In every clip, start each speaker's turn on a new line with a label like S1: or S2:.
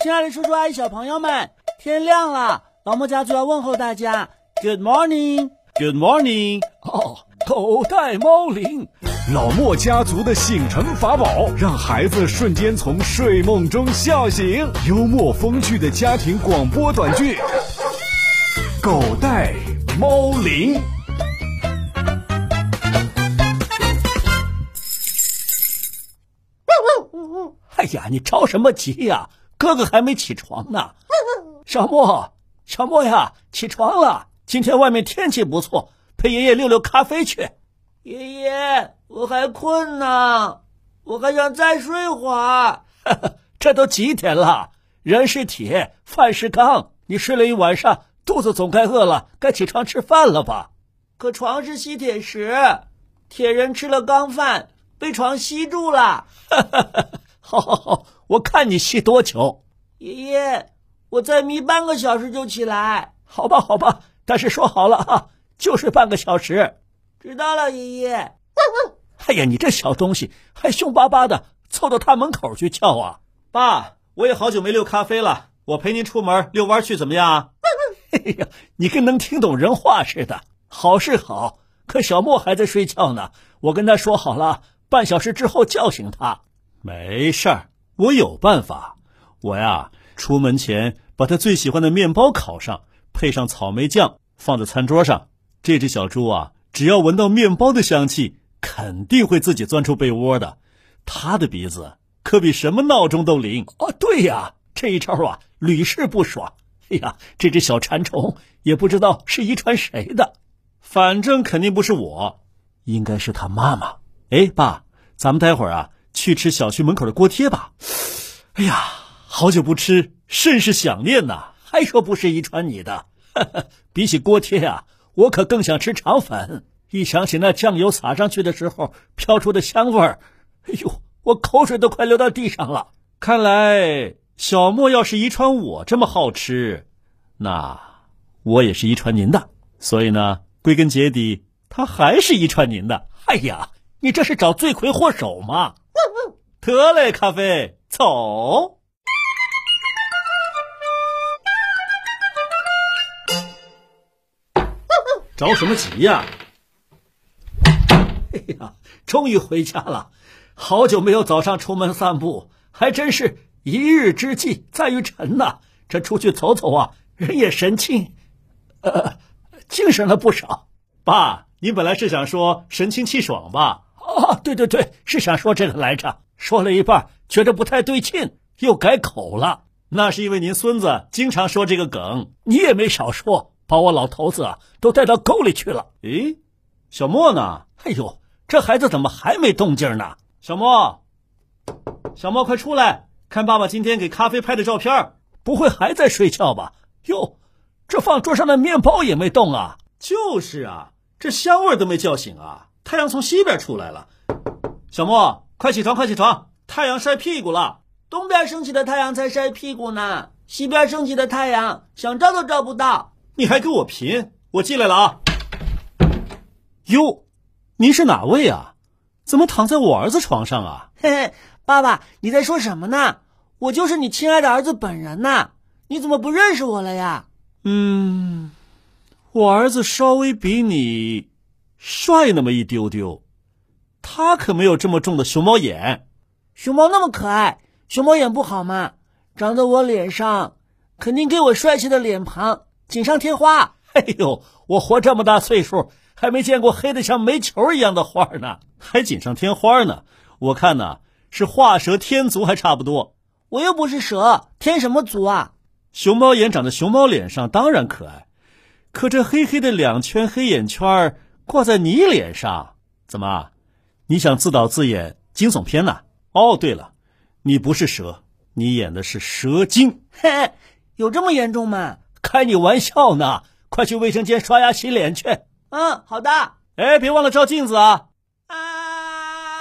S1: 亲爱的叔叔阿姨、小朋友们，天亮了，老莫家族要问候大家，Good morning，Good morning。
S2: 哦，口袋猫铃，
S3: 老莫家族的醒神法宝，让孩子瞬间从睡梦中笑醒。幽默风趣的家庭广播短剧，《狗带猫铃》。
S2: 哎呀，你着什么急呀、哥哥还没起床呢。小莫，小莫呀，起床了！今天外面天气不错，陪爷爷溜溜咖啡去。
S1: 爷爷，我还困呢，我还想再睡会儿。
S2: 这都几点了？人是铁，饭是钢。你睡了一晚上，肚子总该饿了，该起床吃饭了吧？
S1: 可床是吸铁石，铁人吃了钢饭，被床吸住了。
S2: 好好好，我看你吸多久。
S1: 爷爷，我再眯半个小时就起来。
S2: 好吧，好吧，但是说好了啊，就是半个小时。
S1: 知道了，爷爷。
S2: 哎呀，你这小东西还凶巴巴的凑到他门口去叫啊！
S4: 爸，我也好久没溜咖啡了，我陪您出门遛弯去怎么样啊？
S2: 哎呀，你跟能听懂人话似的。好是好，可小莫还在睡觉呢。我跟他说好了，半小时之后叫醒他。
S4: 没事儿，我有办法。我呀，出门前把他最喜欢的面包烤上，配上草莓酱，放在餐桌上。这只小猪啊，只要闻到面包的香气，肯定会自己钻出被窝的。它的鼻子可比什么闹钟都灵。
S2: 哦，对呀，这一招啊，屡试不爽。哎呀，这只小馋虫也不知道是遗传谁的，
S4: 反正肯定不是我，
S2: 应该是他妈妈。
S4: 哎，爸，咱们待会儿啊。去吃小区门口的锅贴吧！哎呀，好久不吃，甚是想念呐、啊。
S2: 还说不是遗传你的？ 呵呵比起锅贴啊，我可更想吃肠粉。一想起那酱油撒上去的时候飘出的香味儿，哎呦，我口水都快流到地上了。
S4: 看来小莫要是遗传我这么好吃，那我也是遗传您的。所以呢，归根结底，他还是遗传您的。
S2: 哎呀，你这是找罪魁祸首嘛！
S4: 得嘞，咖啡，走。
S2: 着什么急呀、啊？哎呀，终于回家了，好久没有早上出门散步，还真是一日之计在于晨呐。这出去走走啊，人也神清，呃，精神了不少。
S4: 爸，您本来是想说神清气爽吧？
S2: 哦，对对对，是想说这个来着，说了一半，觉得不太对劲，又改口了。
S4: 那是因为您孙子经常说这个梗，
S2: 你也没少说，把我老头子啊都带到沟里去了。
S4: 咦，小莫呢？
S2: 哎呦，这孩子怎么还没动静呢？
S4: 小莫，小莫快出来，看爸爸今天给咖啡拍的照片。
S2: 不会还在睡觉吧？哟，这放桌上的面包也没动啊。
S4: 就是啊，这香味都没叫醒啊。太阳从西边出来了，小莫，快起床，快起床！太阳晒屁股了。
S1: 东边升起的太阳才晒屁股呢，西边升起的太阳想照都照不到。
S4: 你还跟我贫？我进来了啊！哟，您是哪位啊？怎么躺在我儿子床上啊？
S1: 嘿嘿，爸爸，你在说什么呢？我就是你亲爱的儿子本人呐！你怎么不认识我了呀？
S4: 嗯，我儿子稍微比你。帅那么一丢丢，他可没有这么重的熊猫眼。
S1: 熊猫那么可爱，熊猫眼不好吗？长在我脸上，肯定给我帅气的脸庞锦上添花。
S2: 哎呦，我活这么大岁数，还没见过黑的像煤球一样的花呢，
S4: 还锦上添花呢？我看呐、啊，是画蛇添足还差不多。
S1: 我又不是蛇，添什么足啊？
S4: 熊猫眼长在熊猫脸上，当然可爱。可这黑黑的两圈黑眼圈儿。挂在你脸上，怎么？啊你想自导自演惊悚片呐、啊？哦，对了，你不是蛇，你演的是蛇精。
S1: 嘿，有这么严重吗？
S2: 开你玩笑呢！快去卫生间刷牙洗脸去。
S1: 嗯，好的。
S4: 哎，别忘了照镜子啊！
S1: 啊！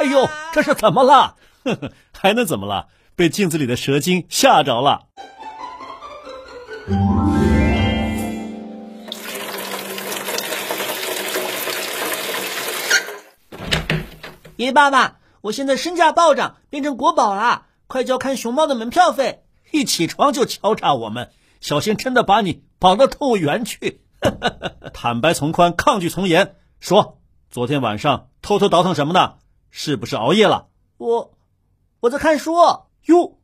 S2: 哎呦，这是怎么了？
S4: 呵呵， 还能怎么了？被镜子里的蛇精吓着了。
S1: 爷爷，爸爸，我现在身价暴涨，变成国宝了！快交看熊猫的门票费。
S2: 一起床就敲诈我们，小心真的把你绑到动物园去！
S4: 坦白从宽，抗拒从严。说，昨天晚上偷偷倒腾什么呢？是不是熬夜了？
S1: 我我在看书。
S4: 哟，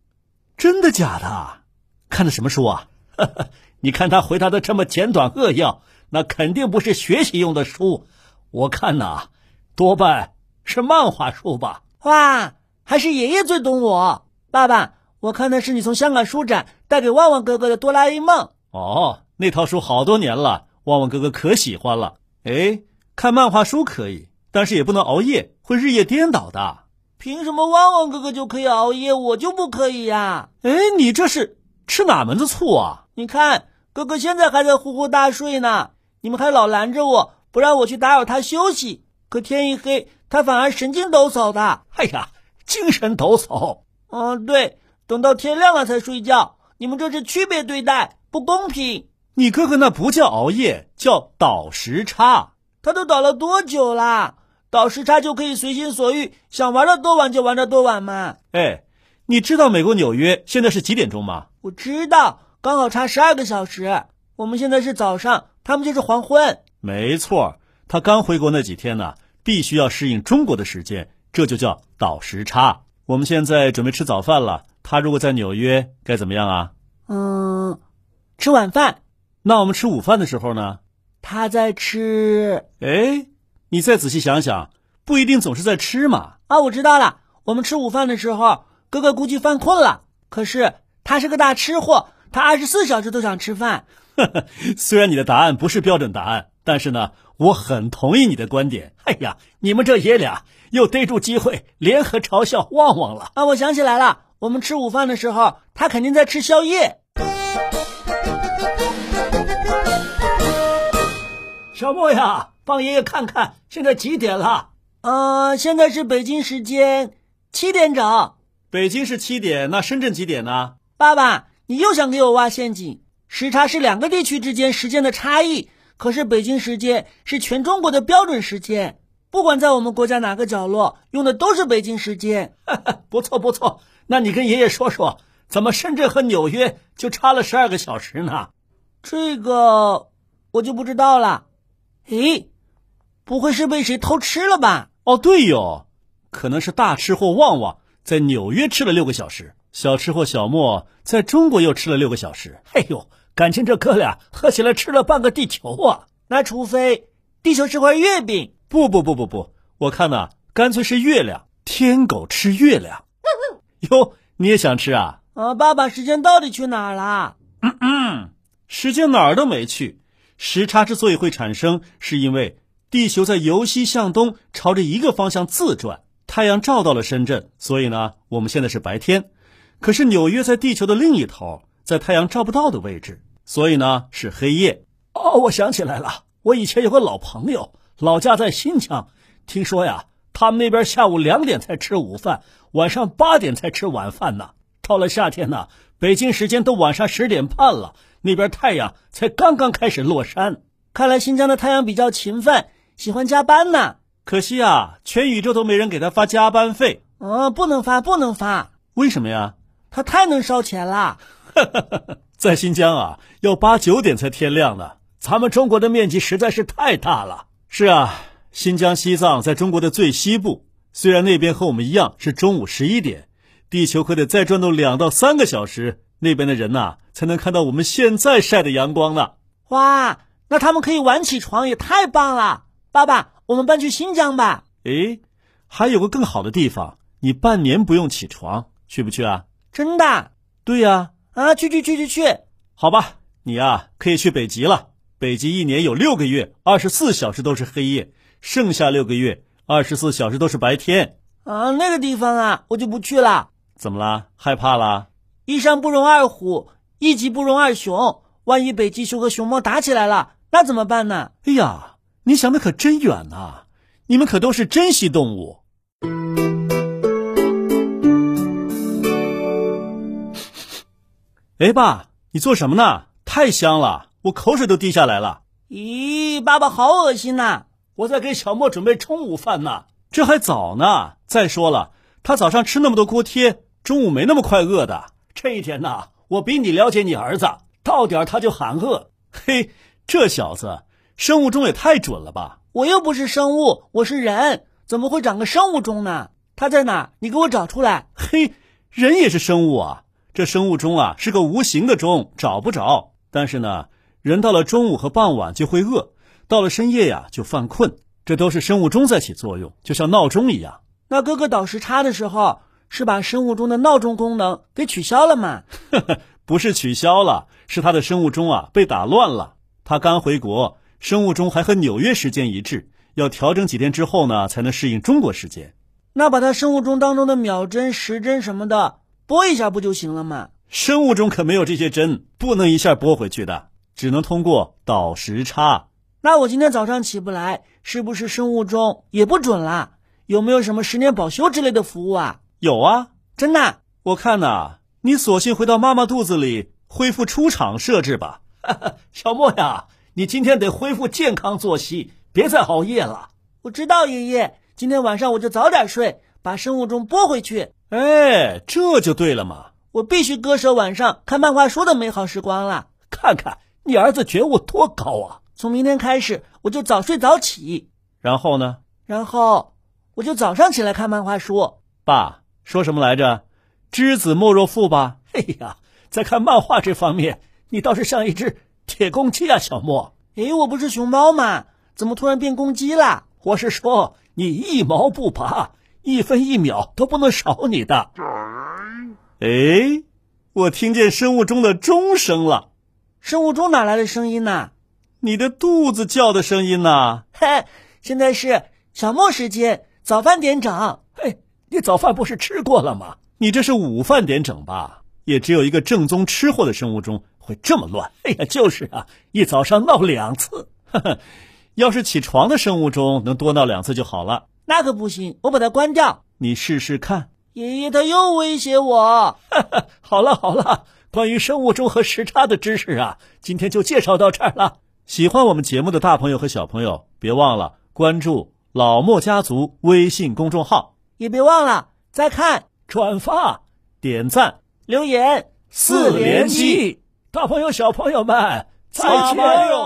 S4: 真的假的？看的什么书啊？ 你看他回答的这么简短扼要，那肯定不是学习用的书。我看呐、多半是漫画书吧。
S1: 哇，还是爷爷最懂我。爸爸，我看的是你从香港书展带给旺旺哥哥的《哆啦 A 梦》。
S4: 哦，那套书好多年了，旺旺哥哥可喜欢了。哎，看漫画书可以，但是也不能熬夜，会日夜颠倒的。
S1: 凭什么旺旺哥哥就可以熬夜，我就不可以呀、
S4: 哎，你这是吃哪门子醋啊？
S1: 你看，哥哥现在还在呼呼大睡呢，你们还老拦着我，不让我去打扰他休息。可天一黑，他反而神经抖擞的。
S2: 哎呀，精神抖擞！
S1: 嗯，对，等到天亮了才睡觉，你们这是区别对待，不公平。
S4: 你哥哥那不叫熬夜，叫倒时差。
S1: 他都倒了多久啦？倒时差就可以随心所欲，想玩到多晚就玩到多晚嘛。
S4: 哎，你知道美国纽约现在是几点钟吗？
S1: 我知道，刚好差十二个小时。我们现在是早上，他们就是黄昏。
S4: 没错，他刚回国那几天呢、必须要适应中国的时间，这就叫倒时差。我们现在准备吃早饭了，他如果在纽约该怎么样啊？
S1: 嗯，吃晚饭，
S4: 那我们吃午饭的时候呢？
S1: 他在吃
S4: 哎，你再仔细想想，不一定总是在吃嘛。
S1: 啊，我知道了。我们吃午饭的时候，哥哥估计犯困了。可是他是个大吃货，他二十四小时都想吃饭。
S4: 虽然你的答案不是标准答案，但是呢，我很同意你的观点。哎呀，你们这爷俩又逮住机会联合嘲笑旺旺了。
S1: 啊，我想起来了，我们吃午饭的时候，他肯定在吃宵夜。
S2: 小莫呀，帮爷爷看看现在几点了？
S1: 呃，现在是北京时间七点整。
S4: 北京是七点，那深圳几点呢？
S1: 爸爸，你又想给我挖陷阱？时差是两个地区之间时间的差异，可是北京时间是全中国的标准时间，不管在我们国家哪个角落，用的都是北京时间。
S2: 不错不错，那你跟爷爷说说，怎么深圳和纽约就差了十二个小时呢？
S1: 这个我就不知道了。诶，哎不会是被谁偷吃了吧？
S4: 哦，对哟，可能是大吃货旺旺在纽约吃了六个小时，小吃货小莫在中国又吃了六个小时。
S2: 哎呦，感情这哥俩合起来吃了半个地球啊！
S1: 那除非地球是块月饼。
S4: 不不不不不，我看呐、干脆是月亮，天狗吃月亮。哟，你也想吃啊？嗯
S1: 啊，爸爸，时间到底去哪儿了？
S4: 时间哪儿都没去。时差之所以会产生，是因为地球在由西向东朝着一个方向自转，太阳照到了深圳，所以呢，我们现在是白天。可是纽约在地球的另一头，在太阳照不到的位置，所以呢是黑夜。
S2: 哦，我想起来了，我以前有个老朋友，老家在新疆，听说呀，他们那边下午两点才吃午饭，晚上八点才吃晚饭呢。到了夏天呢，北京时间都晚上十点半了，那边太阳才刚刚开始落山。
S1: 看来新疆的太阳比较勤奋，喜欢加班呢。
S4: 可惜啊，全宇宙都没人给他发加班费，
S1: 啊，不能发，不能发，
S4: 为什么呀？
S1: 他太能烧钱了。
S4: 在新疆啊，要八九点才天亮呢。
S2: 咱们中国的面积实在是太大了，
S4: 是啊，新疆、西藏在中国的最西部，虽然那边和我们一样是中午十一点，地球可得再转动两到三个小时，那边的人呐、才能看到我们现在晒的阳光呢。
S1: 哇，那他们可以晚起床，也太棒了！爸爸，我们搬去新疆吧。
S4: 诶，还有个更好的地方，你半年不用起床，去不去啊？
S1: 真的
S4: 对呀、
S1: 啊，去去去去去！
S4: 好吧，你呀、可以去北极了。北极一年有六个月，二十四小时都是黑夜，剩下六个月二十四小时都是白天。
S1: 啊，那个地方啊，我就不去了。
S4: 怎么啦？害怕啦？
S1: 一山不容二虎，一极不容二熊。万一北极熊和熊猫打起来了，那怎么办呢？
S4: 哎呀，你想的可真远呐、你们可都是珍稀动物。哎，爸，你做什么呢？太香了，我口水都滴下来了。
S1: 咦，爸爸好恶心呐、
S2: 我在给小莫准备中午饭呢。
S4: 这还早呢。再说了，他早上吃那么多锅贴，中午没那么快饿的。
S2: 这一点呐，我比你了解你儿子，到点儿他就喊饿。
S4: 嘿，这小子生物钟也太准了吧！
S1: 我又不是生物，我是人，怎么会长个生物钟呢？他在哪？你给我找出来。
S4: 嘿，人也是生物啊，这生物钟啊是个无形的钟，找不着。但是呢，人到了中午和傍晚就会饿，到了深夜呀、就犯困，这都是生物钟在起作用，就像闹钟一样。
S1: 那哥哥倒时差的时候，是把生物钟的闹钟功能给取消了吗？
S4: 不是取消了，是他的生物钟啊被打乱了。他刚回国，生物钟还和纽约时间一致，要调整几天之后呢，才能适应中国时间。
S1: 那把他生物钟当中的秒针、时针什么的拨一下不就行了吗？
S4: 生物钟可没有这些针，不能一下拨回去的，只能通过倒时差。
S1: 那我今天早上起不来，是不是生物钟也不准啦？有没有什么十年保修之类的服务啊？
S4: 有啊，
S1: 真的？
S4: 我看呐、你索性回到妈妈肚子里，恢复出厂设 置吧。
S2: 小莫呀，你今天得恢复健康作息，别再熬夜了。
S1: 我知道，爷爷，今天晚上我就早点睡，把生物钟拨回去。
S4: 哎，这就对了嘛。
S1: 我必须割舍晚上看漫画书的美好时光了。
S2: 看看你儿子觉悟多高啊！
S1: 从明天开始，我就早睡早起，
S4: 然后呢，
S1: 然后我就早上起来看漫画书。
S4: 爸说什么来着？知子莫若父吧。
S2: 哎呀，在看漫画这方面，你倒是像一只铁公鸡啊，小莫。
S1: 诶，我不是熊猫吗？怎么突然变公鸡啦？
S2: 我是说，你一毛不拔，一分一秒都不能少你的。
S4: 哎，我听见生物钟的钟声了，
S1: 生物钟哪来的声音呢？
S4: 你的肚子叫的声音呐、
S1: 嘿，现在是小梦时间，早饭点整。
S2: 嘿，你早饭不是吃过了吗？
S4: 你这是午饭点整吧？也只有一个正宗吃货的生物钟会这么乱。
S2: 哎呀，就是啊，一早上闹两次。
S4: 要是起床的生物钟能多闹两次就好了。
S1: 那可不行，我把它关掉。
S4: 你试试看。
S1: 爷爷他又威胁 我。
S2: 好了好了，关于生物钟和时差的知识啊，今天就介绍到这儿了。
S4: 喜欢我们节目的大朋友和小朋友，别忘了关注“老莫家族”微信公众号，
S1: 也别忘了再看
S2: 转发
S4: 点赞。
S1: 留言
S4: 四连击
S2: 大朋友小朋友们，再见。
S4: 加油